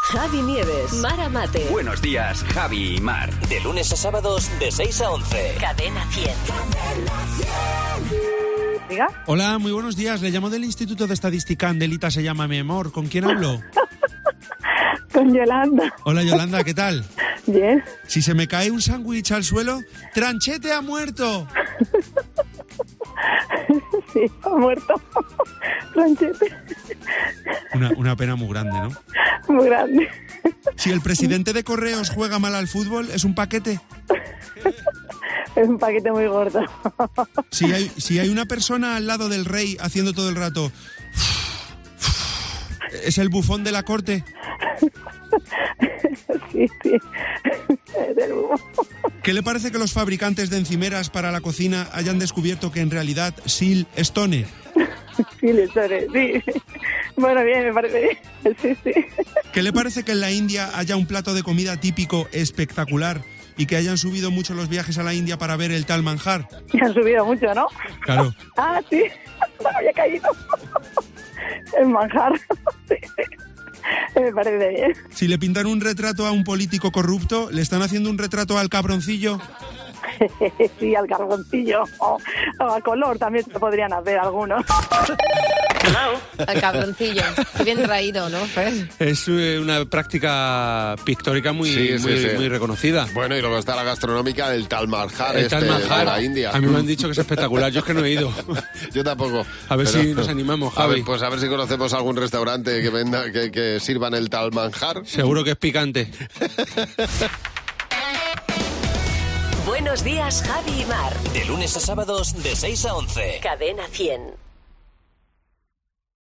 Javi Nieves, Mara Mate, Buenos días, Javi y Mar. De lunes a sábados de 6 a 11. Cadena 100. Diga. Hola, muy buenos días. Le llamo del Instituto de Estadística Andelita, se llama mi amor. ¿Con quién hablo? Con Yolanda. Hola, Yolanda, ¿qué tal? Bien. Si se me cae un sándwich al suelo, ¡tranchete ha muerto! Sí, ha muerto. Franchete. Una, una pena muy grande, ¿no? Muy grande. Si el presidente de Correos juega mal al fútbol, es un paquete. Es un paquete muy gordo. Si hay, si hay una persona al lado del rey haciendo todo el rato... Es el bufón de la corte. Sí, sí. Es del humo. ¿Qué le parece que los fabricantes de encimeras para la cocina hayan descubierto que en realidad Sil es Tone? Sí, le sale, sí. Bueno, bien, me parece bien. Sí, sí. ¿Qué le parece que en la India haya un plato de comida típico espectacular y que hayan subido mucho los viajes a la India para ver el tal manjar? Me han subido mucho, ¿no? Claro. Ah, sí. Me había caído. El manjar. Sí, sí. Me parece bien. Si le pintan un retrato a un político corrupto, le están haciendo un retrato al cabroncillo. Sí, al carboncillo. O, o a color también se podrían hacer algunos. Al cabroncillo. Qué bien traído, ¿no? Fer? Es eh, una práctica pictórica muy, Sí, sí, muy, sí. muy reconocida. Bueno, y luego está la gastronómica del tal manjar, El este, tal manjar, de la India. A mí me han dicho que es espectacular. Yo es que no he ido. Yo tampoco. A ver Pero- si nos animamos, A Javi. ver, pues a ver si conocemos algún restaurante que venda, que, que sirvan el tal manjar. Seguro que es picante. Buenos días, Javi y Mar. De lunes a sábados de 6 a 11. Cadena 100.